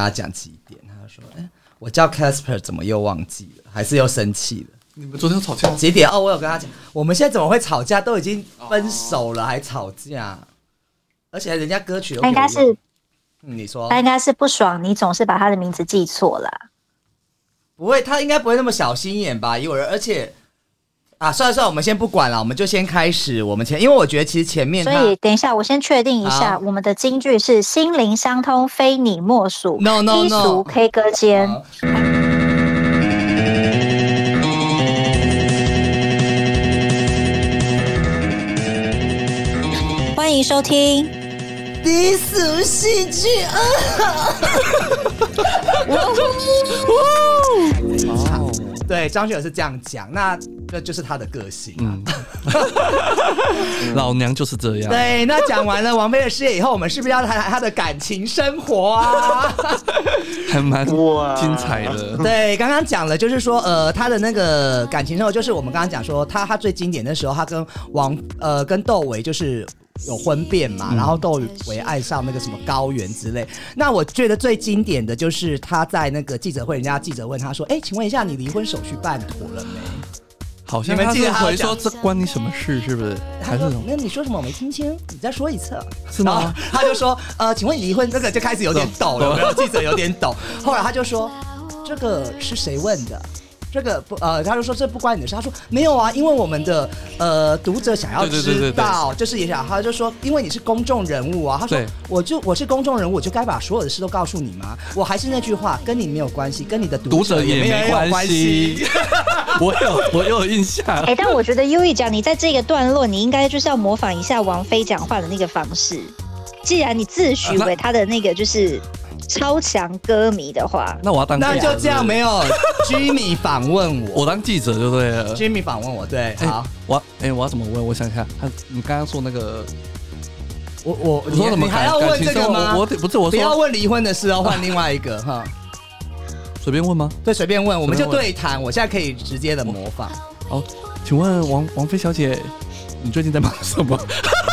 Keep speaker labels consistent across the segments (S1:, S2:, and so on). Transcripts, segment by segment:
S1: 大家讲几点，他就说：“哎、我叫 Casper，怎么又忘记了？还是又生气了？
S2: 你们昨天有吵架？
S1: 几点？哦，我有跟他讲，我们现在怎么会吵架？都已经分手了，还吵架？而且人家歌曲都
S3: 他应该
S1: 给我用
S3: 是
S1: 嗯你说
S3: 他应该是不爽你总是把他的名字记错了。
S1: 不会，他应该不会那么小心眼吧？有人，而且啊，算了算了，我们先不管了，我们就先开始我们前，因为我觉得其实前面
S3: 所
S1: 他
S3: 以等一下，我先确定一下，
S1: 嗯好
S3: 我们的金句是“心灵相通，非你莫属
S1: No, no,
S3: 低
S1: no
S3: 俗 K 歌间
S1: 好
S3: 欢迎收听。
S1: 低俗戏剧
S2: 哦，
S1: 对，张学友是这样讲，那这就是他的个性啊。
S2: 嗯， 老娘就是这样。
S1: 对，那讲完了王菲的事业以后，我们是不是要谈谈她的感情生活啊？
S2: 还蛮
S4: 哇
S2: 精彩 的。
S1: 对，刚刚讲了，就是说，呃，她的那个感情生活，就是我们刚刚讲说，她她最经典的时候，她跟王呃跟窦唯就是。有婚变嘛，
S2: 嗯
S1: 然后窦唯爱上那个什么高原之类。那我觉得最经典的就是她在那个记者会，人家记者问她说：“哎、请问一下，你离婚手续办妥了没
S2: 好像
S1: 你们啊
S2: 他
S1: 记得
S2: 是
S1: 他有
S2: 回
S1: 讲
S2: 说这关你什么事，是不是？？”
S1: 她
S2: 还是
S1: 说
S2: 什：“么？
S1: 那你说什么我没听清，你再说一次。”啊
S2: 是
S1: 然后
S2: 吗？嗯
S1: 他就说，呃，请问离婚这个就开始有点抖了，有没有？记者有点抖。后来他就说，这个是谁问的？这个不，呃，他就说这不关你的事。他说没有啊，因为我们的呃读者想要
S2: 对对对
S1: 知
S2: 对对
S1: 道，就是也想，他就说，因为你是公众人物啊。他说
S2: 对，
S1: 我就我是公众人物，我就该把所有的事都告诉你吗？我还是那句话，跟你没有关系，跟你的
S2: 读
S1: 读
S2: 者也
S1: 也
S2: 没
S1: 有
S2: 关系
S1: 系。。
S2: 我有，我有印象。
S3: 哎、但我觉得优一讲，你在这个段落，你应该就是要模仿一下王菲讲话的那个方式。既然你自
S1: 啊
S3: 诩为他的那个就是超强歌迷的话，
S2: 那我要当记者
S1: 那就这样，没
S2: 有？
S1: 有
S2: 啊
S1: Jimmy 访问我
S2: 我当记者就对了。
S1: ，Jimmy 访问我，对，
S2: 哎
S1: 好，
S2: 我要哎，我要怎么问？我想一下，他你刚刚说那个，
S1: 我我
S2: 我说
S1: 你
S2: 什么
S1: 你还要
S2: 感感
S1: 问
S2: 情
S1: 这个
S2: 生活
S1: 吗？
S2: 我得不是我
S1: 不要
S2: 说
S1: 问离婚的事哦，换另外一 个哈。
S2: 随便问吗？
S1: 对，随便问，我们就
S2: 随便
S1: 对谈。我现在可以直接的模 仿，
S2: 哦，请问王王菲小姐，你最近在忙什么？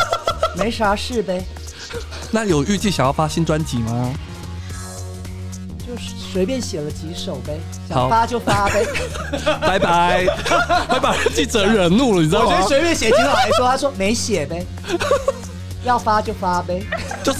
S1: 没啥事呗，
S2: 那有预计想要发新专辑吗？
S1: 就随便写了几首呗，想
S2: 好
S1: 发就发 呗。
S2: 拜拜，拜拜，记者惹怒了，你知
S1: 我
S2: 道
S1: 觉
S2: 吗
S1: 得？随便写几首来说，他说没写 呗，要发就发呗。
S2: 就是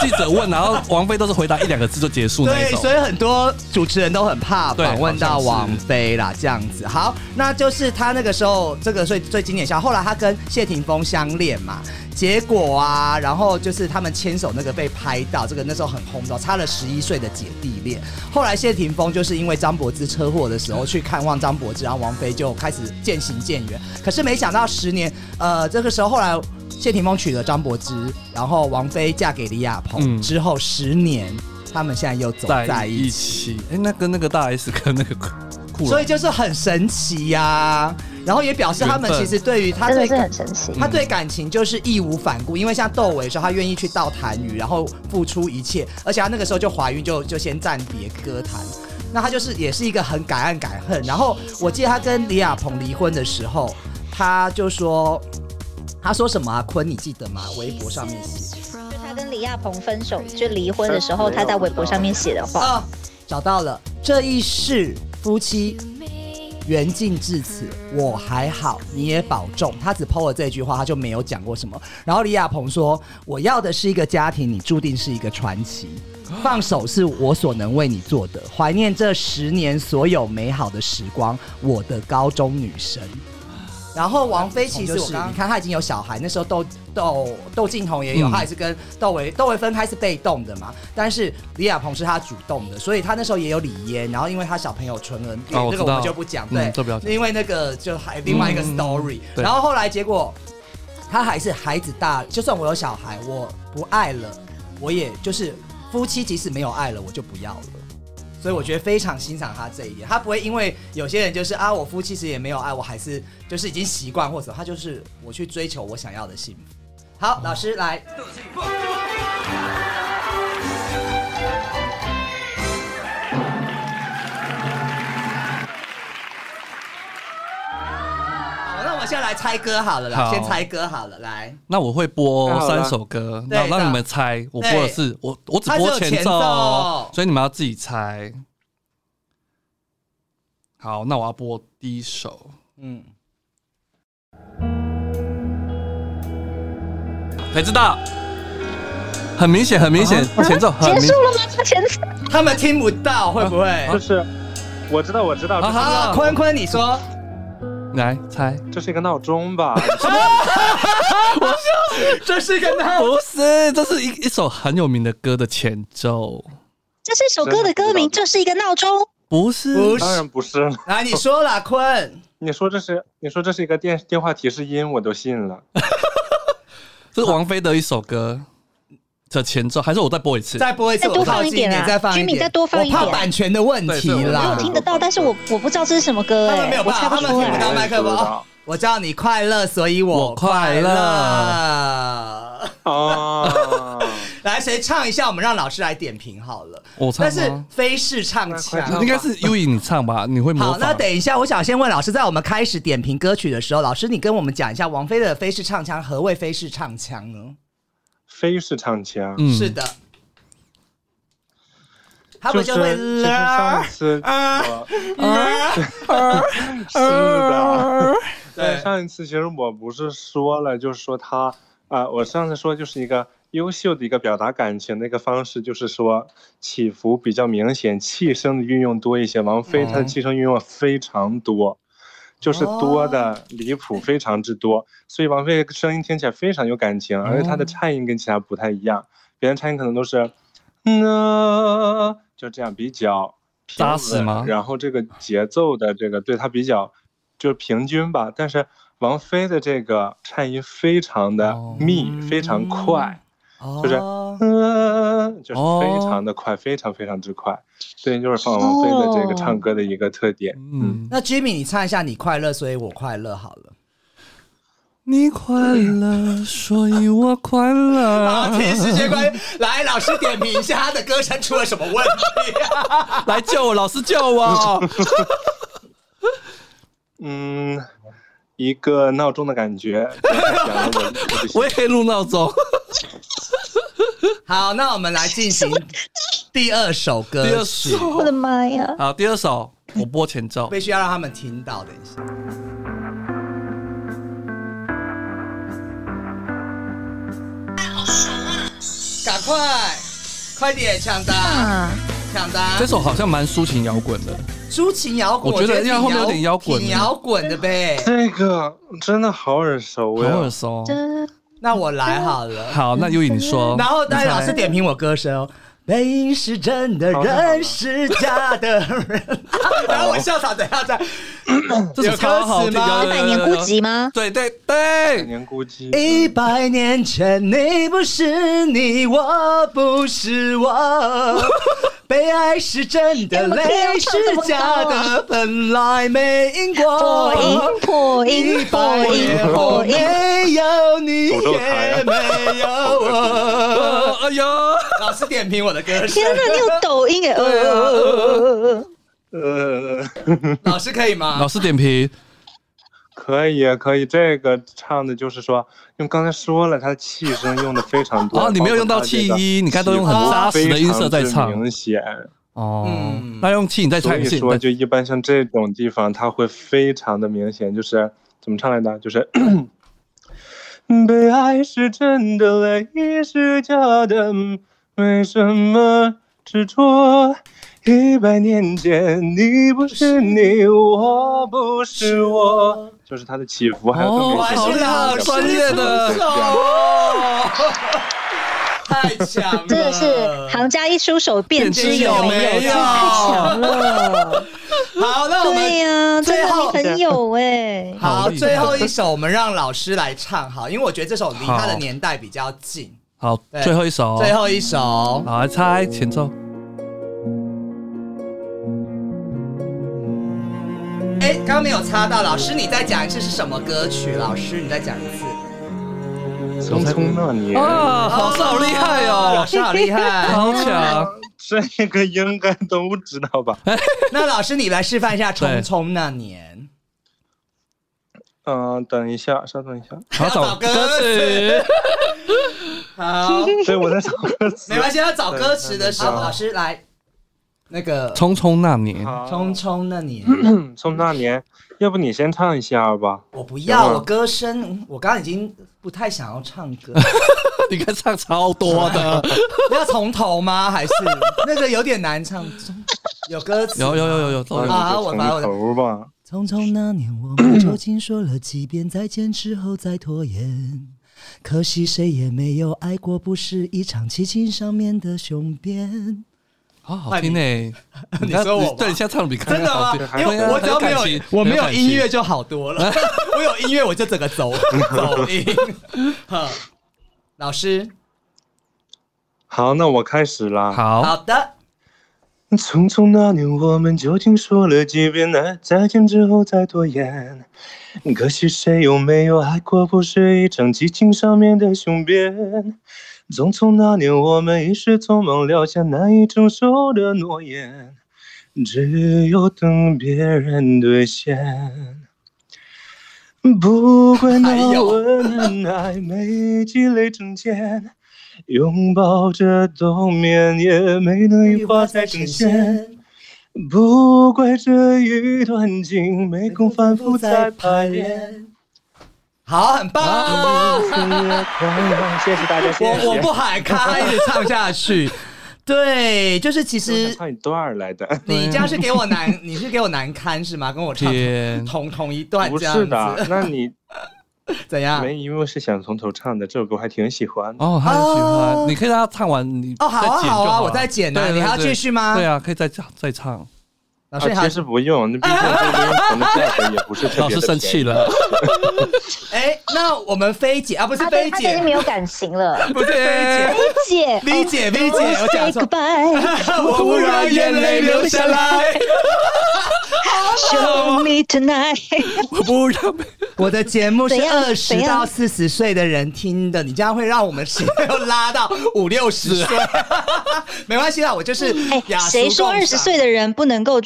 S2: 记者问，然后王菲都是回答一两个字就结束那一
S1: 对，
S2: 种
S1: 所。以很多主持人都很怕
S2: 对
S1: 访问到
S2: 好像是
S1: 王菲啦，这样子。好，那就是他那个时候这个最最经典笑，后来他跟谢霆锋相恋嘛，结果啊，然后就是他们牵手那个被拍到，这个那时候很轰动，差了十一岁的姐弟恋。后来谢霆锋就是因为张柏芝车祸的时候去看望张柏芝，然后王菲就开始渐行渐远。可是没想到十年，呃，这个时候后来。谢霆锋娶了张柏芝，然后王菲嫁给李亚鹏、
S2: 嗯
S1: 之后十年，他们现在又走在
S2: 在
S1: 一起，
S2: 一起，哎，那跟那个大 S 跟那个酷
S1: 所以
S2: 龙，
S1: 就是很神奇呀、然后也表示他们
S2: 缘
S1: 其
S2: 分
S1: 实对于他
S3: 真的
S1: 对
S3: 是很神奇。
S1: 他对感情就是义无反顾，因为像窦唯说，他愿意去到坛屿，然后付出一切，而且他那个时候就怀孕，就就先暂别歌坛。那他就是也是一个很敢爱敢恨。然后我记得他跟李亚鹏离婚的时候，他就说。他说什么啊？坤，你记得吗？微博上面写
S3: 就他跟李亚鹏分手就离婚的时候，他在微博上面写的话，
S1: 啊，找到了，这一世夫妻缘尽至此，我还好，你也保重。他只 PO 了这句话，他就没有讲过什么。然后李亚鹏说：“我要的是一个家庭，你注定是一个传奇。放手是我所能为你做的，怀念这十年所有美好的时光，我的高中女神。”然后王菲其实我刚刚你看她已经有小孩，那时候窦窦窦靖童也有，
S2: 嗯
S1: 她也是跟窦唯窦唯分开是被动的嘛，但是李亚鹏是她主动的，所以她那时候也有李嫣，然后因为她小朋友唇恩病，
S2: 哦我
S1: 这个
S2: 知
S1: 我们
S2: 道
S1: 就不讲，
S2: 嗯
S1: 对，
S2: 这不要讲
S1: 因为那个就还另外一个
S2: 嗯
S1: story，
S2: 对
S1: 然后后来结果她还是孩子大，就算我有小孩，我不爱了，我也就是夫妻即使没有爱了，我就不要了。所以我觉得非常欣赏他这一点，他不会因为有些人就是啊，我夫妻其实也没有爱，我还是就是已经习惯或者什么他就是我去追求我想要的幸福。好，老师来，好，那我好，现在来猜歌好了啦，
S2: 好
S1: 先猜歌好了，来，
S2: 那我会播
S4: 太好了
S2: 三首歌，
S1: 对
S2: 然后
S1: 那
S2: 让你们猜。我播的是我，我只播
S1: 它只有前
S2: 奏
S1: 奏
S2: 哦，所以你们要自己猜。好，那我要播第一首，
S1: 嗯，
S2: 谁知道？很明显，很明显，
S1: 啊
S2: 前奏很
S3: 结
S2: 明
S3: 束了吗？前奏
S1: 他们听不到会不会？
S4: 就是我知道，我知道，
S2: 啊
S4: 这是
S1: 好，坤坤，你说
S2: 来猜，
S4: 这是一个闹钟吧？
S1: 这是 个哪？
S2: 不是，这是一一首很有名的歌的前奏，
S3: 这是一首歌的歌名，就是一个闹钟。
S2: 不是，
S1: 不
S4: 当
S1: 是，
S4: 然不是了。
S1: 来，你说
S2: 哦
S1: 啦，坤，
S4: 你说这是你说这是一个电电话提示音，我都信了。
S2: 这是王菲的一首歌的前奏，还是我再播一次？
S1: 再播一次，
S3: 再多
S1: 我靠
S3: 放一
S1: 近
S3: 点啊
S1: 再放一
S3: Jimmy，
S1: 点，
S3: 再多放一点啊
S1: 我怕版权的问题
S2: 对对
S3: 我
S1: 啦
S3: 有。听得到，但是我我不知道这是什么歌
S1: 他
S3: 哎、
S1: 们没有
S3: 我
S1: 办
S3: 猜
S1: 法，他们
S3: 出
S1: 听不
S3: 来。
S1: 到麦克风。
S4: 我也不知
S1: 哦
S4: 道
S1: 我叫你快乐，所以我
S2: 我快乐
S1: 乐
S4: 啊，
S1: 来，谁唱一下？我们让老师来点评好了。
S2: 我唱
S1: 但是
S2: 吗？
S1: 非式唱
S4: 快
S1: 腔
S4: 唱。
S2: 应该是 U 影你唱吧，你会模
S1: 好
S2: 仿。，
S1: 那等一下，我想先问老师，在我们开始点评歌曲的时候，老师你跟我们讲一下王菲的非式唱腔，何谓非式唱腔呢？
S4: 非是唱腔。
S2: 嗯
S1: 是的，他们
S4: 就
S1: 就是会
S4: 就是上次
S1: 啊
S4: 我是的，
S1: 对
S4: 对，上一次其实我不是说了，就是说他啊、我上次说就是一个优秀的一个表达感情的一个方式，就是说起伏比较明显，气声的运用多一些。王菲她的气声运用非常多。就是多的离谱，非常之多，所以王菲的声音听起来非常有感情，而且她的颤音跟其他不太一样，别人颤音可能都是，呢，嗯啊就这样比较平
S2: 扎实
S4: 稳
S2: 吗
S4: 然后这个节奏的这个对它比较就是平均吧，但是王菲的这个颤音非常的
S2: 哦
S4: 密，非常快，就是
S2: 啊
S1: 哦
S4: 嗯，就是非
S2: 哦
S4: 常的快，非常非常之快。对，就是放王菲的这个
S3: 哦
S4: 唱歌的一个特点。嗯，
S2: 嗯，
S1: 那 Jimmy，你唱一下《你快乐，所以我快乐》好了。
S2: 你快乐，所以我快
S1: 好，
S2: 乐。
S1: 听时间关系，来老师点评一下他的歌声出了什么问题、
S2: 来救我，老师救我！
S4: 嗯，一个闹钟的感觉，就是讲了我我的心
S2: 我也可以录闹 钟。
S1: 好，那我们来进行第二首歌曲，
S2: 第二首，
S3: 我的妈呀！
S2: 好，第二首我播前奏。
S1: 必须要让他们听到。等一下，赶快，快点抢答，
S3: 啊，
S1: 抢答！
S2: 这首好像蛮抒情摇滚的，
S1: 抒情摇滚，
S2: 我觉得
S1: 挺
S2: 要后面有点摇滚
S1: 挺摇滚的呗。
S4: 这个真的好耳熟呀、
S2: 好耳熟。
S3: 这
S1: 那我来好了。
S2: 好，那 U 影你说。啊
S1: 然后
S2: 哦你猜
S1: 但是老师点评我歌声哦。背影是真的
S4: 好的好的
S1: 人，是假的 人。然后我笑场，等一下再。
S2: 这首超好
S1: 有歌词
S2: 听，
S1: 吗
S2: 有
S3: 百年孤。寂吗？
S2: 有有有有对对对，
S4: 年估计
S2: 哎
S1: 一百年前，你不是你，我不是 我。被爱是真的，
S3: 哎我的天
S1: 泪是假
S3: 我唱得
S1: 的，本来没因
S3: 破音
S1: 果。
S3: 破
S1: 一
S3: 音
S1: 百
S3: 破音
S1: 年后
S3: 破音，
S1: 没有你，
S4: 诅咒台啊
S1: 也没有我。
S2: 呃， 哎呦，
S1: 老师点评我的歌声
S3: 天，哪，你有抖音哎！呃呃呃呃呃
S4: 呃，
S1: 老师可以吗？
S2: 老师点评，
S4: 可以啊可以，这个唱的就是说，因为刚才说了，他的气声用的非常多。
S2: 哦你没有用到气音你看都用很扎实的音色在唱
S4: 非常之明显。
S2: 哦
S1: 嗯，
S2: 那用气你再
S4: 所
S2: 猜
S4: 以
S2: 一次，
S4: 说，
S2: 你再
S4: 就一般像这种地方，它会非常的明显，就是怎么唱来的，就是。被爱是真的，泪是假的，为什么执着？一百年前，你不是你，我不是我，就是它的起伏还有它
S2: 哦
S4: 明
S1: 哇啊
S4: 显
S2: 好
S4: 的
S2: 厉害
S4: 这个
S2: 专业的
S4: 这个
S1: 哦，太强了，
S3: 真的是行家一出手便知有没有，
S2: 便知有没有
S3: 真的太强了。
S1: 好，那我
S3: 对
S1: 们。
S3: 呀，真
S1: 最
S3: 的
S1: 后
S3: 你很有哎。
S1: 好，
S2: 好厉害
S1: 最后一首我们让老师来唱，好，因为我觉得这首离他的年代比较近。
S2: 好，
S1: 对
S2: 最后一首，
S1: 最后一首，
S2: 好，来猜前奏。
S1: 哎，刚刚没有插到，老师你再讲一次是什么歌曲？老师你再讲一次，哦
S4: 匆匆那年，
S2: 啊，好是好厉害
S1: 老
S2: 哦，
S1: 师好厉害。
S2: 好强！
S4: 这个应该都知道吧？
S1: 那老师你来示范一下《
S2: 对
S1: 匆匆那年》。
S4: 嗯，等一下，稍等一下。
S2: 好
S1: 要找
S2: 找
S1: 歌
S2: 歌词，
S1: 好，
S4: 对，我在找歌词。
S1: 没关系，要找歌词的时候，
S4: 对对对
S1: 老师来那个
S2: 《匆匆那年》
S4: 好
S1: 匆匆那年，
S4: 嗯匆匆嗯那年，要不你先唱一下吧？
S1: 我不要，
S4: 有吗
S1: 我歌声，我刚刚已经不太想要唱 歌，
S2: 你看唱超多的，
S1: 要从头吗？ 还是那个有点难唱，有歌词吗，
S2: 有有有有有都有
S1: 啊
S4: 那你就
S1: 我把我的
S4: 从头吧。
S1: 匆匆那年，我们究竟说了几遍再见之后再拖延？可惜谁也没有爱过，不是一场七情上面的雄辩。
S2: 哦好好听诶。
S1: 你 说我吧
S2: 对，你现在唱的比刚
S1: 真
S2: 刚
S1: 的
S2: 好
S1: 吗
S2: 听，？
S1: 因为
S2: 对啊
S1: 我只要没有
S2: 很感情
S1: 我没有
S2: 很感
S1: 音
S2: 情
S1: 乐就好多了，我有音乐我就整个 走走音。 呵老师，
S4: 好，那我开始啦。
S2: 好，
S1: 好的，
S4: 匆匆那年，我们究竟说了几遍呢？再见之后再拖延，可惜谁又没有爱过，不是一场激情上面的雄辩。匆匆那年，我们一时匆忙撂下难以承受的诺言，只有等别人兑现。不管
S1: 还
S4: 那
S1: 有
S4: 温暖暧昧积累成茧，拥抱着冬眠，也没能羽化再成仙。不怪这一段情没空反复再排练。。
S1: 好，很 棒啊！
S4: 生日快乐！谢谢大家，谢谢。
S1: 我我不喊卡，一直唱下去。对，就是其
S4: 我想
S1: 实
S4: 唱一段儿来 的，
S1: 你这样是给我难， 你是给我难堪是吗？跟我唱
S2: 天
S1: 同同一段
S4: 不
S1: 这
S4: 是
S1: 样
S4: 的
S1: 子，，
S4: 那你
S1: 怎样？
S4: 没因为我是想从头唱的，这首歌我还挺喜欢的。
S2: 哦，他很喜
S1: 哦
S2: 欢，你可以让他唱完，你
S1: 哦，好啊，
S2: 再剪就
S1: 好啊，
S2: 了
S1: 我在剪呢，
S2: 对
S1: 你还要
S2: 对对
S1: 继续吗？
S2: 对啊，可以再唱再唱。
S1: 老
S4: 啊
S1: 师你还要
S4: 其实不用，那毕竟这个音符的价格也不是特
S2: 老
S4: 别
S2: 师
S4: 的
S2: 生
S4: 便
S2: 气
S4: 宜。
S2: 了，
S1: 哎，那我们菲姐啊，不是
S3: 他对
S1: 菲
S3: 他对你
S1: 姐，。
S3: 没有感情了
S1: 不是菲
S3: 理解
S1: 姐，V 姐，V 姐，我讲
S3: say
S1: 错，
S3: goodbye,
S1: 我忽然眼泪流下来，
S3: show me tonight。
S2: 我不让被
S1: 我的节目是
S3: 怎样
S1: 二十
S3: 怎样
S1: 到四十岁的人听的，你这样会让我们血又拉到五六十岁。 没关系啦，我就是
S3: 哎
S1: 雅，俗
S3: 谁说
S1: 共
S3: 二十
S1: 赏
S3: 岁的人不能够？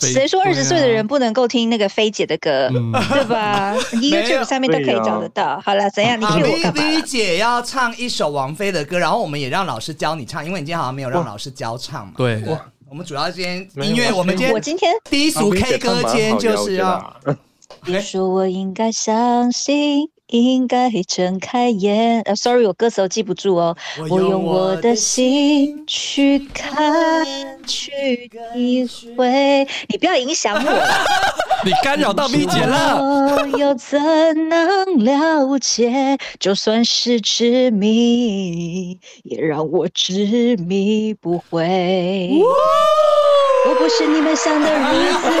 S3: 谁说
S2: 对
S3: 二
S2: 啊
S3: 十岁的人不能够听那个菲姐的歌，
S2: 嗯
S3: 对吧？YouTube 上面都可以找得到。好了，怎样？你
S1: 啊
S3: Q 我
S1: ，V
S3: 干嘛啦
S1: V？姐要唱一首王菲的歌，然后我们也让老师教你唱，因为你今天好像没有让老师教唱嘛。
S2: 对
S1: 我们主要今天
S4: 没有
S1: 音乐，
S4: 我
S1: 我们今
S3: 我
S1: 天
S3: 今天
S1: 低俗 K 歌今天就是要
S4: 啊我觉得
S3: 你说我应该相信，应该睁开眼。呃、s o r r y 我歌词都记不住哦。我用我的心去看，去体会。你不要影响我。
S2: 你干扰到 V 姐了。
S3: 我又怎能了解？就算是执迷，也让我执迷不悔。我不是你们想的如 此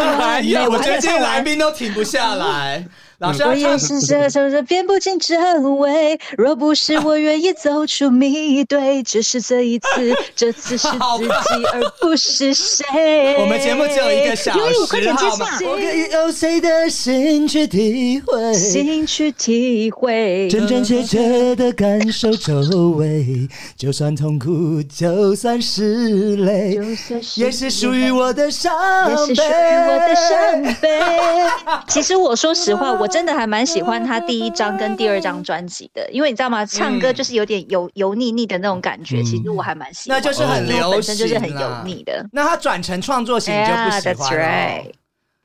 S1: 哎
S3: 完美。
S1: 呀，我觉
S3: 还
S1: 得
S3: 没
S1: 今天
S3: 唱
S1: 来
S3: 完。
S1: 宾都停不下来。老师要
S3: 我
S1: 唱
S3: 也是这种人，辨不清真伪。若不是我愿意走出迷堆，只是这一次，这次是自己，而不是谁。
S1: 我们节目只有一个小
S3: 悠悠快
S1: 时，
S3: 点接
S1: 好吗
S3: 上？
S1: 我可以用谁的心去体会，
S3: 心去体会。
S1: 真真切切的感受周围，就算痛苦，就算是泪，
S3: 就算是
S1: 也是属于我的伤悲，
S3: 也是属于我的伤悲。其实我说实话，我真的还蛮喜欢他第一张跟第二张专辑的，因为你知道吗？唱歌就是有点油油腻腻的那种感觉，
S2: 嗯
S3: 其实我还蛮喜
S1: 那
S3: 欢的。
S1: 就是哦很
S3: 因为我
S1: 流
S3: 本身
S1: 行，
S3: 就是很油腻的。。
S1: 那他转成创作型你就不
S3: Yeah,
S1: 喜
S3: that's
S1: 欢了哦
S3: right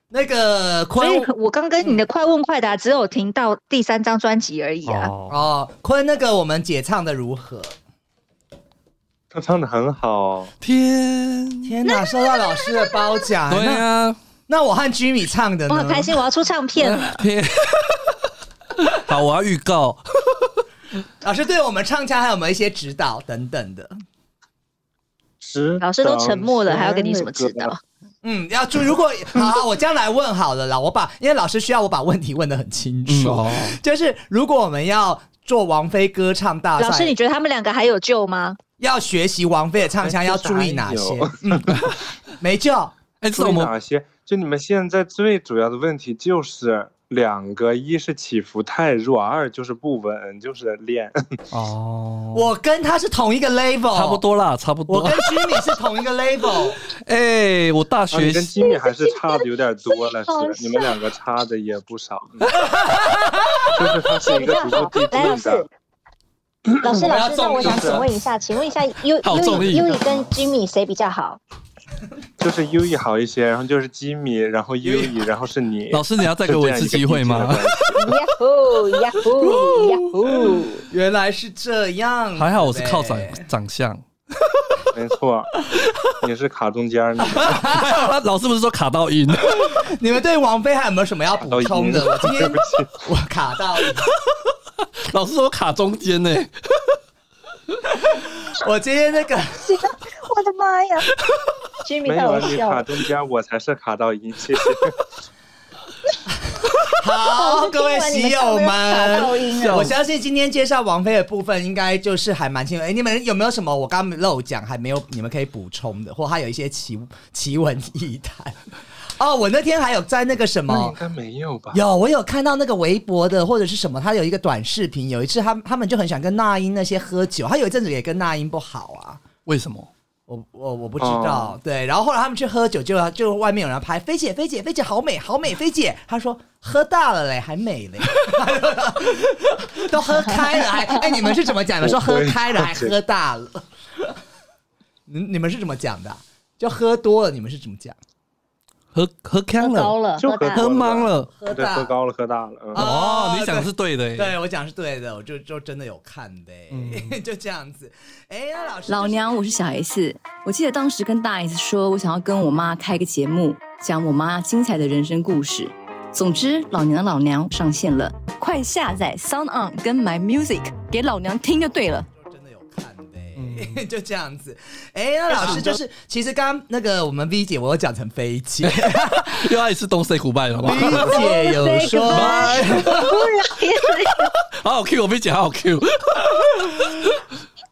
S1: 那个
S3: 所
S1: 坤
S3: 以我刚跟你的快问快答只有听到第三张专辑而已啊。
S2: 哦，
S1: 哦，坤那个我们姐唱的如何？
S4: 他唱的很好，
S2: 天，
S1: 天哪，收到老师的褒奖。
S2: 对
S1: 那
S2: 啊，
S1: 那我和 Jimmy 唱的呢？
S3: 我很开心，我要出 唱 片了。
S2: 天。好，我要预告，
S1: 老师对我们唱腔还有没有一些指导等等的？
S4: 指
S3: 老师都沉默了，
S4: 导
S3: 还要给你什么
S4: 那个
S3: 指导？
S1: 嗯，要注意。如果 好好，我将来问好了啦。我把因为老师需要我把问题问得很清
S2: 嗯
S1: 楚，
S2: 哦，
S1: 就是如果我们要做王菲歌唱大赛，
S3: 老师，你觉得他们两个还有救吗？
S1: 要学习王菲的唱腔，
S4: 哎
S1: 要注意哪些
S4: 至少？
S1: 嗯，没救。
S2: 哎，这
S4: 注
S2: 我
S4: 意
S2: 们
S4: 哪些？就你们现在最主要的问题就是两个，一是起伏太弱，二就是不稳，就是练。
S2: 哦，
S1: 我跟他是同一个 level，
S2: 差不。多啦，差不
S1: 我
S2: 多
S1: 跟。Jimmy 是同一个 level，
S2: 哎，我大
S4: 啊、你
S2: 学
S4: 跟吉米还是差的有点多了，
S3: 好
S4: 是你们两个差的也不少。嗯就是他是一个主动地
S3: 来，老
S4: 地
S3: 师
S4: 的，，
S3: 老师，
S1: 我要
S3: 老师，那
S1: 中
S3: 我
S1: 立
S3: 想
S1: 的
S3: 请问一下，请问一下优
S2: 好中
S3: 优
S2: 立
S3: 优以跟 Jimmy 谁比较好？
S4: 就是 U E 好一些，然后就是吉米，然后 U E，然后是你。
S2: 老师，你要再给我一次机会
S4: 是这样一
S2: 吗
S4: 个地？地的关系
S3: 呀呼呀呼呀呼！
S1: 原来是这样。
S2: 还好我是靠长
S1: 对
S2: 长相，
S4: 没错，你是卡中间儿，你
S2: 还好他老师不是说卡到音，
S1: 你们对王菲还有没有什么要补充的？我
S4: 卡
S1: 今
S4: 到音
S1: 天
S4: 对不起
S1: 我卡到音，
S2: 老师说我卡中间呢。
S1: 我今天那个
S3: 我的妈呀！Jimmy
S4: 没
S3: 太
S4: 有啊
S3: 好
S4: 你
S3: 笑
S4: 卡
S3: 了，
S4: 中间儿，我才是卡到音， 谢谢。
S1: 好，各位喜友
S3: 我
S1: 们
S3: 是听完你们上面卡到音了。啊
S1: 我相信今天介绍王菲的部分，应该就是还蛮清楚。哎、你们有没有什么我刚刚漏讲还没有你们可以补充的，或还有一些奇奇闻异谈？哦，我那天还有在那个什
S4: 那应
S3: 嗯
S1: 么。
S4: 该没有吧？
S1: 有，我有看到那个微博的或者是什么，他有一个短视频。有一次他，他们就很想跟那英那些喝酒，他有一阵子也跟那英不好啊。
S2: 为什么？
S1: 我我我不知道，对。然后后来他们去喝酒，就就外面有人拍菲姐，菲姐，菲姐好美，好美，菲姐。他说喝大了嘞，还美嘞， 都喝开了还。哎，你们是怎么讲的？说喝开了还喝大了？你你们是怎么讲的啊？就喝多了，你们是怎么讲？
S2: 喝喝
S3: 喝
S2: 康
S3: 高
S2: 了，
S3: 了，
S4: 就
S3: 喝大
S2: 喝
S4: 喝
S3: 了。
S2: 懵了。
S1: 喝
S4: 对，
S1: 大
S4: 喝高了，喝大了。嗯
S1: 啊
S2: 哦，你讲的是对的耶。
S1: 对我讲是对的，我就就真的有看呗， 就这样子。哎，那老师
S5: 老娘，我是小 S。我记得当时跟大 S 说，我想要跟我妈开个节目，讲我妈精彩的人生故事。总之，老娘的老娘上线了，快下载 Sound On 跟 My Music 给老娘听就对了。
S1: 就真的有看呗， 就这样子。哎、那老师就是，其实刚刚那个我们 V 姐，我有讲成飞姐
S2: 又要一次 Don't say goodbye 了吗？
S1: ，V 姐有 说，
S4: 啊
S2: 好好 Q，我被讲好 Q。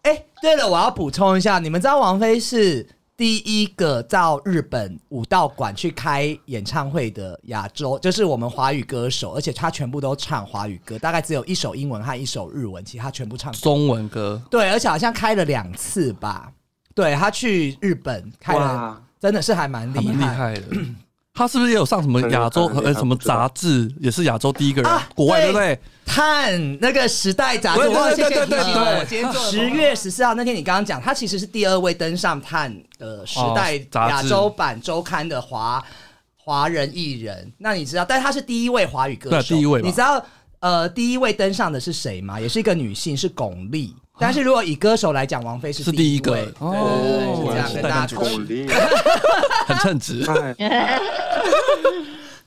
S1: 哎、对了，我要补充一下，你们知道王菲是第一个到日本武道馆去开演唱会的亚洲，就是我们华语歌手，而且她全部都唱华语歌，大概只有一首英文和一首日文，其他全部唱
S2: 中文歌，
S1: 对，而且好像开了两次吧。对他去日本开了
S4: 哇，
S1: 真的是还蛮
S2: 还
S1: 厉
S2: 蛮厉
S1: 害。
S2: 害的。 他是不是也有上什么亚洲
S4: 很厉害
S2: 呃什么
S4: 不知
S2: 杂
S4: 道
S2: 志，也是亚洲第一个人
S1: 啊，
S2: 国外
S1: 对
S2: 对不对？
S1: 探那个时代杂志，
S2: 对对
S1: 哇谢谢
S2: 对对
S1: 你提醒
S2: 对对
S1: 我我今天做十月十四号那天，你刚刚讲，他其实是第二位登上探呃时代
S2: 杂志
S1: 亚洲版周刊的华华人艺人。那你知道，但他是第一位华语歌手，
S2: 对第一位吧
S1: 你知道呃第一位登上的是谁吗？也是一个女性，是巩俐。但是如果以歌手来讲，王菲是
S2: 是第
S1: 一
S2: 一个
S1: 位
S2: 哦
S1: 对对对，是这样跟
S2: 我是
S1: 大家
S2: 代表
S1: 科普
S4: 巩俐，
S2: 很称职。
S4: 哎，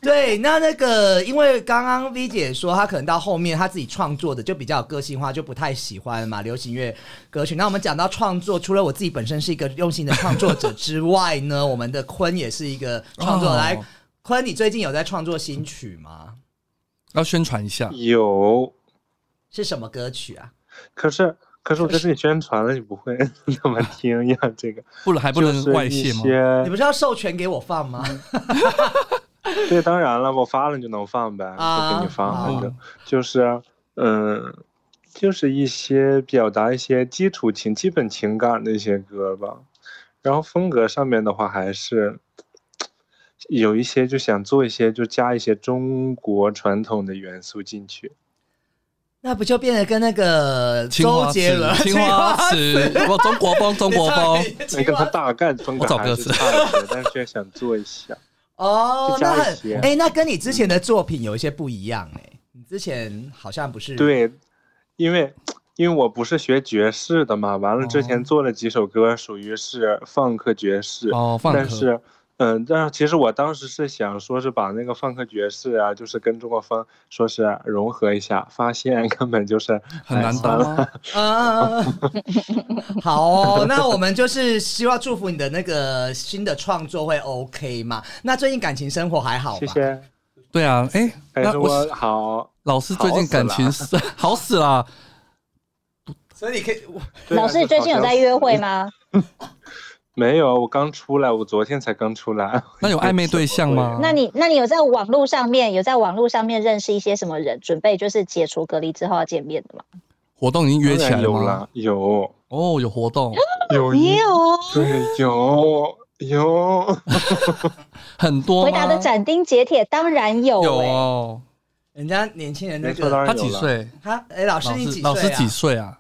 S1: 对，那那个，因为刚刚 V 姐说她可能到后面她自己创作的就比较有个性化，就不太喜欢嘛流行乐歌曲。那我们讲到创作，除了我自己本身是一个用心的创作者之外呢，我们的坤也是一个创作者。
S2: 哦
S1: 来，坤，你最近有在创作新曲吗？
S2: 要宣传一下，
S4: 有，
S1: 是什么歌曲啊？
S4: 可是可是我在这里宣传了，你不会 怎么听呀？这个
S2: 不然还不能
S4: 就是
S2: 外
S4: 一
S2: 泄吗？
S1: 你
S4: 些
S1: 不是要授权给我放吗？
S4: 对，当然了，我发了你就能放呗，
S1: 啊
S4: 我给你放，
S1: 好
S4: 反正就是嗯。就是一些表达一些基础情、基本情感的一些歌吧，然后风格上面的话，还是有一些就想做一些，就加一些中国传统的元素进去。
S1: 那不就变得跟那个
S2: 青
S1: 周
S2: 花瓷
S1: 杰伦、，
S2: 青花瓷，我中国风，中国风。
S4: 那跟他大概风格
S2: 我找
S4: 还
S2: 歌
S4: 是
S2: 词
S4: 差一些，但是却想做一下。
S1: 哦，
S4: 就
S1: 那
S4: 加一
S1: 很
S4: 些
S1: 哎、那跟你之前的作品有一些不一样哎、你之前好像不是
S4: 对，因为因为我不是学爵士的嘛，完了之前做了几首歌，属于是放克爵士，
S2: 哦，放
S4: 但
S2: 歌。
S4: 是。嗯，但是其实我当时是想说，是把那个放克爵士啊，就是跟中国风说是融合一下，发现根本就是
S2: 哦
S4: 哎
S2: 很难当啊，
S1: 啊， 好哦，那我们就是希望祝福你的那个新的创作会 OK 嘛？那最近感情生活还好吗？
S4: 谢谢。
S2: 对啊，哎，
S4: 但是
S2: 那我
S4: 我好，
S2: 老师最近感情是 好死啦，
S1: 所以你可以，我
S4: 对啊
S3: 老师，你最近有在约会？吗？
S4: 没有，我刚出来，我昨天才刚出来。
S2: 那有暧昧对象吗？
S3: 那你那你有在网络上面有在网络上面认识一些什么人？准备就是解除隔离之后要见面的吗？
S2: 活动已经约起来了
S4: 有
S2: 吗？
S4: 啦，有
S2: 哦，有活动，
S4: 嗯有
S3: 也
S4: 一
S3: 有哦，
S4: 对有有，
S2: 很多吗。
S3: 回答的斩钉截铁，当然有、欸。
S2: 有哦。
S1: 人家年轻人都
S4: 没
S1: 觉
S4: 错，当
S1: 得
S4: 然
S2: 他
S4: 有
S2: 几
S4: 啦？
S2: 岁？
S1: 他哎，老师
S2: 老
S1: 你
S2: 师
S1: 几岁？
S2: 老师几？岁啊？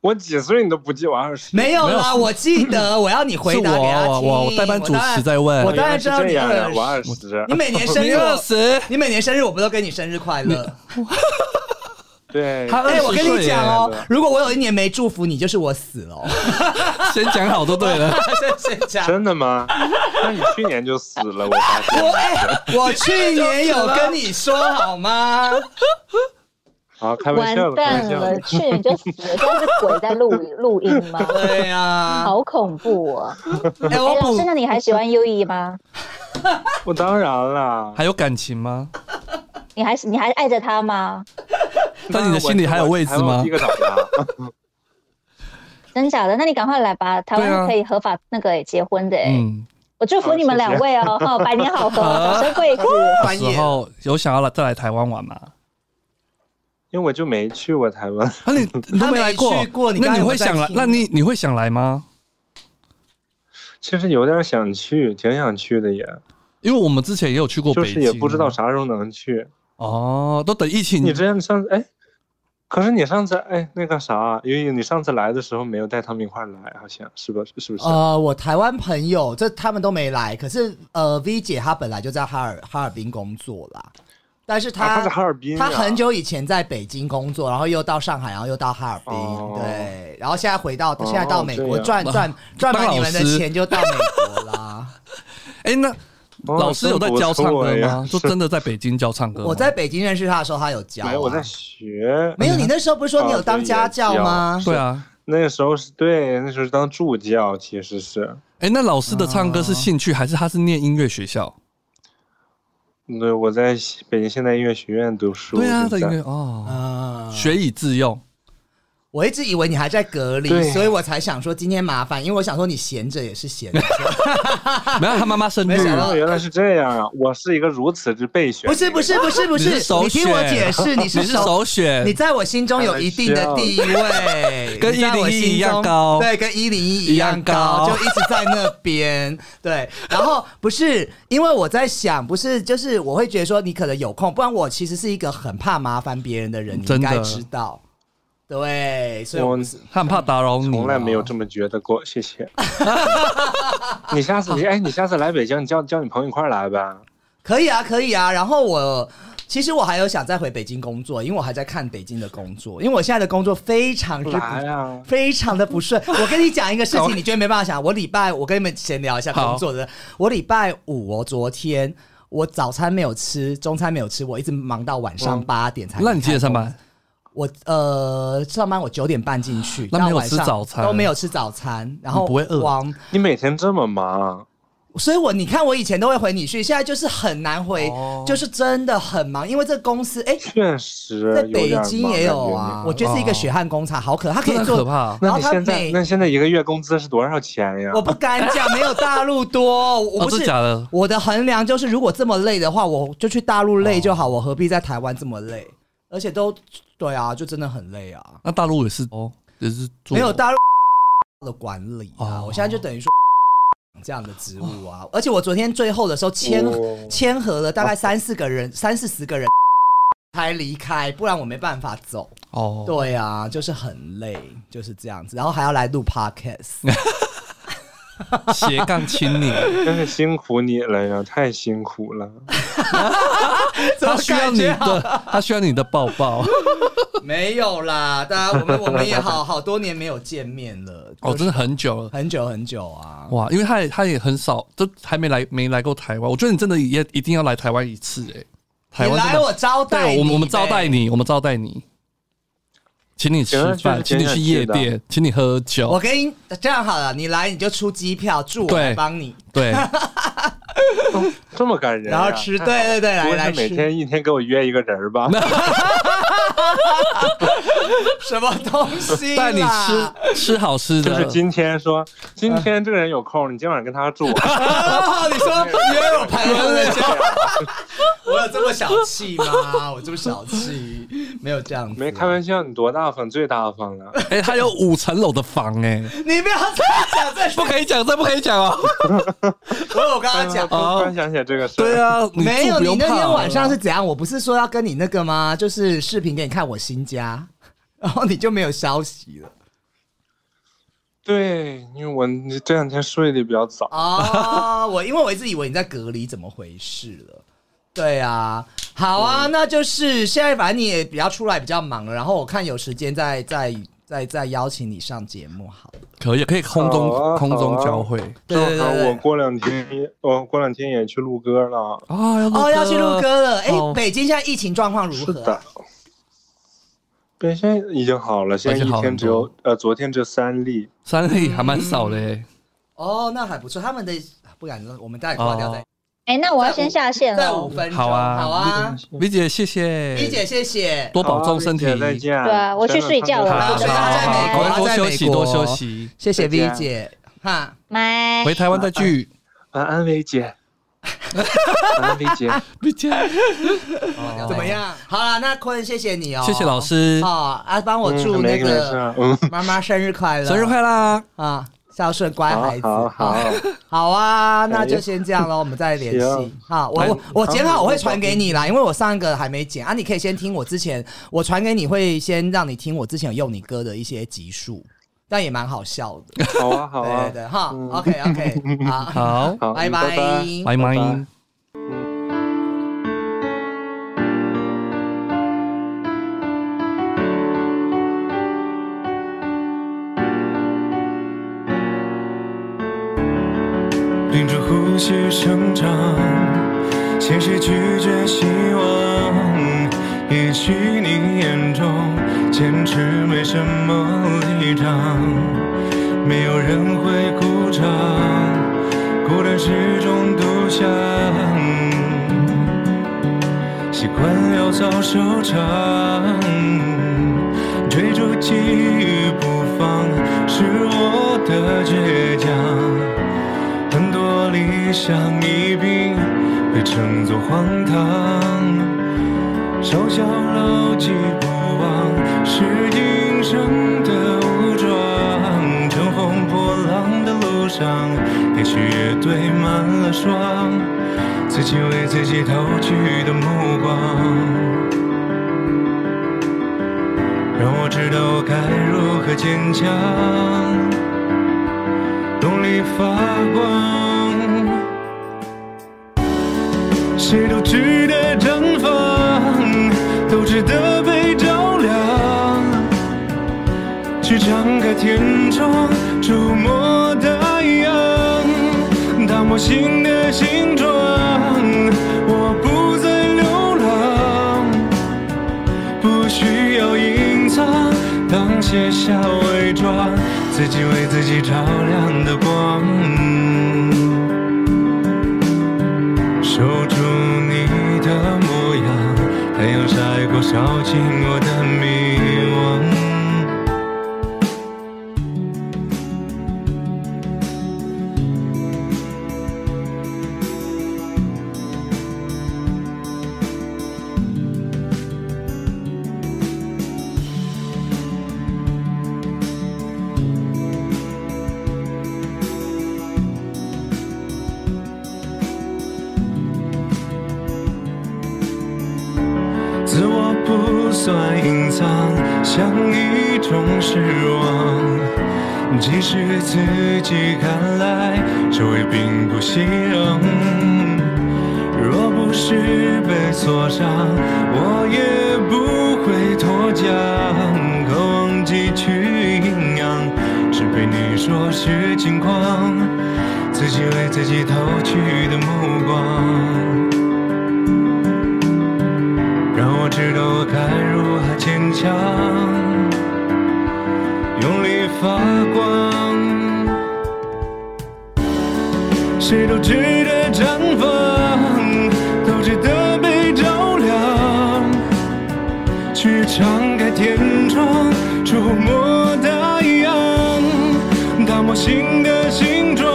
S4: 我几岁你都不记，我二十。
S1: 没有啦，
S2: 没有
S1: 我记得，我要你回答
S2: 是
S1: 给他
S2: 我
S1: 听。
S2: 我我我代班主
S1: 当然
S2: 持在问
S1: 我当然
S4: 原来
S1: 知
S4: 是
S1: 道
S4: 这
S1: 你
S4: 样
S1: 二
S4: 啊，
S1: 十，
S4: 我二十
S1: 你。每年生
S2: 你
S1: 日
S2: 二
S1: 我，
S2: 十，
S1: 你每年生日我不都跟你生日快乐？
S4: 对，
S2: 他
S1: 哎，我跟
S2: 20
S1: 你
S2: 岁
S1: 讲哦
S4: 耶，
S1: 如果我有一年没祝福你，就是我死了哦。
S2: 先讲好就对了。
S1: 真的
S2: 啊
S1: 假的
S4: 真的吗？那你去年就死了，我发
S1: 我
S4: 现。
S1: 哎、我去年有跟你说好吗？
S4: 好，啊开玩
S3: 完
S4: 笑的，开
S3: 蛋
S4: 玩笑
S3: 了，
S4: 的。
S3: 去年就死了，现在是鬼在录录音吗？
S1: 对呀、啊，
S3: 好恐怖哦！
S1: 哎、
S3: 哎、
S1: 我
S3: 老
S1: 补
S3: 师，那你还喜欢优异吗？
S4: 我当然啦，
S2: 还有感情吗？
S3: 你还你还爱着他吗？
S2: 但你的心里还有位置
S4: 我
S2: 吗
S4: 第一？个找啊他，
S3: 真假的？那你赶快来吧，台
S2: 对啊
S3: 湾可以合法那个、哎结婚的、哎、
S2: 嗯，
S3: 我祝福你们两位哦，哈，百年好合，早生贵子。
S1: 专
S2: 时
S1: 业，
S2: 候有想要来再来台湾玩吗？
S4: 因为我就没去过台湾。
S2: 啊，你你都
S1: 他没
S2: 来过
S1: 去过，你刚刚
S2: 那你
S1: 有
S2: 会
S1: 在
S2: 想来？
S1: 听
S2: 那你你会想来吗？
S4: 其实有点想去，挺想去的也，
S2: 因为我们之前也有去过
S4: 就
S2: 北
S4: 是
S2: 京，啊
S4: 也不知道啥时候能去。
S2: 哦，都等疫情
S4: 你之前上次哎，可是你上次哎那个啥，因为你上次来的时候没有带他们一块儿来，好像是吧？是不
S2: 哦
S4: 啊是？
S1: 呃，我台湾朋友这他们都没来，可是呃，V 姐她本来就在哈尔哈尔滨工作啦，但是她、
S4: 啊他在哈尔滨
S1: 她
S4: 呀
S1: 很久以前在北京工作，然后又到上海，然后又到哈尔滨，
S4: 哦
S1: 对，然后现在回到、
S4: 哦
S1: 现在到美国
S4: 这样
S1: 赚赚赚
S2: 当
S1: 满
S2: 老
S1: 你们的
S2: 师
S1: 钱就到美国 啦。
S2: 哎，那
S4: 哦
S2: 老师有在教唱歌吗？就
S4: 真不错哎呀
S2: 真的在北京教唱歌吗？
S1: 我在北京认识她的时候，她有教、啊，
S4: 没有，我在学。
S1: 没有，你那时候不是说你有当家教吗？
S2: 对啊。
S4: 那个时候是对，那时候是当助教，其实是。
S2: 哎，那老师的唱
S1: 啊
S2: 歌是兴趣，还是他是念音乐学校？
S4: 对，我在北京现代音乐学院读书。
S2: 对啊，在
S4: 现
S2: 音
S4: 在
S2: 乐哦，
S1: 嗯，
S2: 学以致用。
S1: 我一直以为你还在隔离，
S4: 对
S1: 所以我才想说今天麻烦，因为我想说你闲着也是闲着，
S2: 没有，他妈妈生
S1: 没
S2: 日
S1: 想到
S4: 哦，原来是这样啊！我是一个如此之备选。
S1: 不是不是不是不
S2: 你
S1: 是
S2: 是，首
S1: 你听我
S2: 选
S1: 解释，你
S2: 你
S1: 是
S2: 是
S1: 首，
S2: 首选，
S1: 你在我心中有一定的地位，
S2: 跟
S1: 你在我
S2: 101
S1: 心中
S2: 一样高
S1: 对，跟一零一一样高，
S2: 一样高
S1: 就一直在那边，对。然后不是因为我在想，不是就是我会觉得说你可能有空，不然我其实是一个很怕麻烦别人的人，你应
S2: 真的
S1: 该知道，对，所以我
S4: 我
S1: 不是
S2: 他很怕打扰你啊，
S4: 从来没有这么觉得过，谢谢。 你下次你哎，你下次来北京，你叫叫你朋友一块儿来呗。
S1: 可以啊，可以啊。然后我其实我还有想再回北京工作，因为我还在看北京的工作，因为我现在的工作非常之不
S4: 来呀！
S1: 非常的不顺。我跟你讲一个事
S2: 搞
S1: 情，你绝对没办法想。我礼拜我跟你们闲聊一下
S2: 好
S1: 工作的，我礼拜五哦，昨天。我早餐没有吃，中餐没有吃，我一直忙到晚上八点才。
S2: 那你几点上？班？
S1: 我呃，上班我九点半进去，
S2: 那
S1: 到
S2: 没有
S1: 晚
S2: 吃
S1: 上
S2: 早餐
S1: 都没有吃早餐，然后
S2: 你不会饿
S1: 往
S4: 你每天这么忙，
S1: 所以我你看，我以前都会回你去，现在就是很难回，
S2: 哦
S1: 就是真的很忙，因为这公司哎、
S4: 确实
S1: 在
S4: 有点
S1: 北京
S4: 忙
S1: 也有
S4: 感觉
S1: 啊，
S4: 你
S1: 我觉得是一个
S2: 哦
S1: 血汗工厂，好可怕，它可
S2: 真的
S1: 以
S2: 很
S1: 做
S2: 可。怕。
S1: 然
S4: 那
S1: 后
S4: 你啊
S1: 他
S4: 现
S1: 每
S4: 在那现在一个月工资是多少钱呀？
S1: 我不敢讲，没有大陆多，我
S2: 哦，
S1: 不是。
S2: 真的假的？
S1: 我的衡量就是，如果这么累的话，我就去大陆累
S2: 哦
S1: 就好，我何必在台湾这么累？而且都对啊，就真的很累啊，
S2: 那大陆也是哦，也是做
S1: 没有大陆 的管理啊。
S2: 哦
S1: 我现在就等于说 这样的职务啊，而且我昨天最后的时候签
S4: 哦
S1: 签合了大概三四个人，三四十个人 才离开，不然我没办法走。
S2: 哦，
S1: 对啊，就是很累，就是这样子，然后还要来录 podcast，
S2: 斜杠青 年，
S4: 真是辛苦你了呀，太辛苦了。
S2: 他需要你的， 他需要你的抱抱。
S1: 没有啦，大家我们我们也好好多年没有见面了，
S2: 哦，真
S1: 的
S2: 的哦很久了。
S1: 很久很久啊。
S2: 哇，因为他也他也很少，都还没来没来过台湾。我觉得你真的也一定要来台湾一次哎、台
S1: 你
S2: 湾真的
S1: 来我招待
S2: 对，
S1: 你
S2: 我
S1: 欸
S2: 们我们招待
S1: 呗，
S2: 你，我们招待你，请你吃
S4: 行啊
S2: 饭，
S4: 确
S2: 请你
S4: 实挺想
S2: 去
S4: 去
S2: 夜
S4: 的
S2: 店，请你喝
S1: 我
S2: 酒，
S1: 跟你这样好了，你来你就出机票住，我
S2: 对
S1: 来帮你，
S2: 对，
S4: 这么感人
S1: 然
S4: 啊，
S1: 后吃，对对对，来
S4: 不会
S1: 来
S4: 是每
S1: 吃。
S4: 天一天给我约一个人吧？
S1: 什么东西？
S2: 带你吃吃好吃 的，
S6: 就是今天说，今天这个人有空，你今晚跟他住。
S1: 啊！你说约我排婚那些， 我有这么小气吗？我这么小气，没有这样子。
S6: 没开玩笑，你多大方？最大方啊了。
S2: 哎、他有五层楼的房哎、
S1: 你不要这样讲，这
S2: 不可以讲，这不可以讲哦。
S1: 我有跟他讲
S6: 突然想起来这个事儿，
S2: 对啊，你
S1: 没有，
S2: 住不
S1: 哦你
S2: 用
S1: 那
S2: 怕
S1: 天晚上
S2: 了
S1: 是怎样？我不是说要跟你那个吗？就是视频给你看我新家，然后你就没有消息了。
S6: 对，因为我这两天睡得比较早。
S1: 哦，我 因为我一直以为你在隔离，怎么回事了？对啊，好啊，那就是现在反正你也比较出来比较忙了，然后我看有时间再再再再邀请你上节目好了。
S2: 可以可以空中、
S6: 好啊
S2: 空中
S6: 好啊
S2: 交汇
S1: 对对对
S6: 正好
S1: 对
S6: 我过两天，我过两天也去录歌了。
S2: 啊，要
S1: 哦，要去录歌了。哎、
S2: 哦
S1: 北京现在疫情状况如
S6: 是
S1: 何
S6: 的
S1: 啊？，
S6: 对，现在已经好了，现在
S2: 已经
S6: 一
S2: 好
S6: 天
S2: 很
S6: 只有
S2: 多
S6: 呃，昨天只有三例。
S2: 三例还蛮少的、欸，
S1: 哦，那还不错。他们的啊不敢，我们待会挂掉再、
S3: 哎，那我要先下线
S1: 再
S3: 了
S1: 五。分钟。
S2: 哦好啊
S1: 好啊，
S2: 李姐谢谢，
S1: 李姐，谢谢。
S2: 多保重
S6: 好啊
S2: 身体，
S6: 丽姐再见。
S3: 对啊我去睡觉了
S2: 好
S1: 好
S2: 好
S1: 所以她在美
S2: 好，
S1: 国
S2: 好
S1: 她
S2: 多
S1: 在
S2: 休
S1: 美
S2: 息，多休
S1: 国
S2: 息，
S1: 谢谢
S6: 再见
S1: V 姐哈，
S3: 拜
S2: 回台湾 再聚。
S6: 晚安，薇姐。晚安，薇姐。
S2: 李姐，
S1: 怎么样？好了，那坤，谢谢你哦，
S2: 谢谢老师，
S1: 哦，啊，帮我祝
S6: 嗯
S1: 那
S6: 没事没事
S1: 个
S6: 嗯，
S1: 妈妈生日快乐，
S2: 生日快乐！
S1: 啊，孝顺乖孩子，
S6: 好好好，
S1: 好啊，那就先这样喽，我们再联系
S6: 行。哎
S1: 好，我我我剪好我会传给你啦，因为我上一个还没剪啊，你可以先听我之前，我传给你会先让你听我之前有用你歌的一些集数，但也蛮好笑的，
S6: 好啊，好
S1: 对对
S6: 啊，
S1: 对，哈
S6: 嗯
S1: ，OK OK，好，
S2: 好，
S6: 好，
S1: 拜
S6: 嗯拜拜。拜
S2: 拜拜
S6: 拜。
S4: 屏住呼吸成长，谢谢拒绝希望。也许你眼中坚持没什么立场，没有人会鼓掌，孤单是种独享，习惯潦草收场，追逐记忆不放是我的倔强。很多理想一并被称作荒唐，手巧牢记不忘是今生的武装。乘风破浪的路上，也许也堆满了霜，自己为自己投去的目光。让我知道我该如何坚强。努力发光，谁都值得绽放，都值得被照亮。去敞开天窗，触摸太阳，打磨新的形状。我不再流浪。不需要隐藏，当卸下伪装，自己为自己照亮的光。嗯守住你的模样，太阳晒过，烧尽我的迷惘。自我不算隐藏，像一种失望。即使自己看来周围并不熙攘，若不是被锁上，我也不会脱缰。渴望汲取营养，只被你说是轻狂，自己为自己投去的目光。让我知道我该如何坚强，用力发光。谁都值得绽放，都值得被照亮。去敞开天窗，模大洋，打磨新的形状。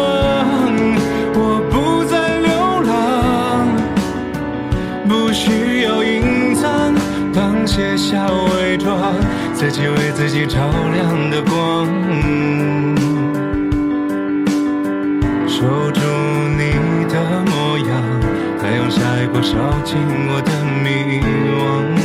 S4: 我不再流浪，不需要隐藏，当卸下伪装，自己为自己照亮的光。守住你的模样，太阳晒过，烧尽我的迷惘。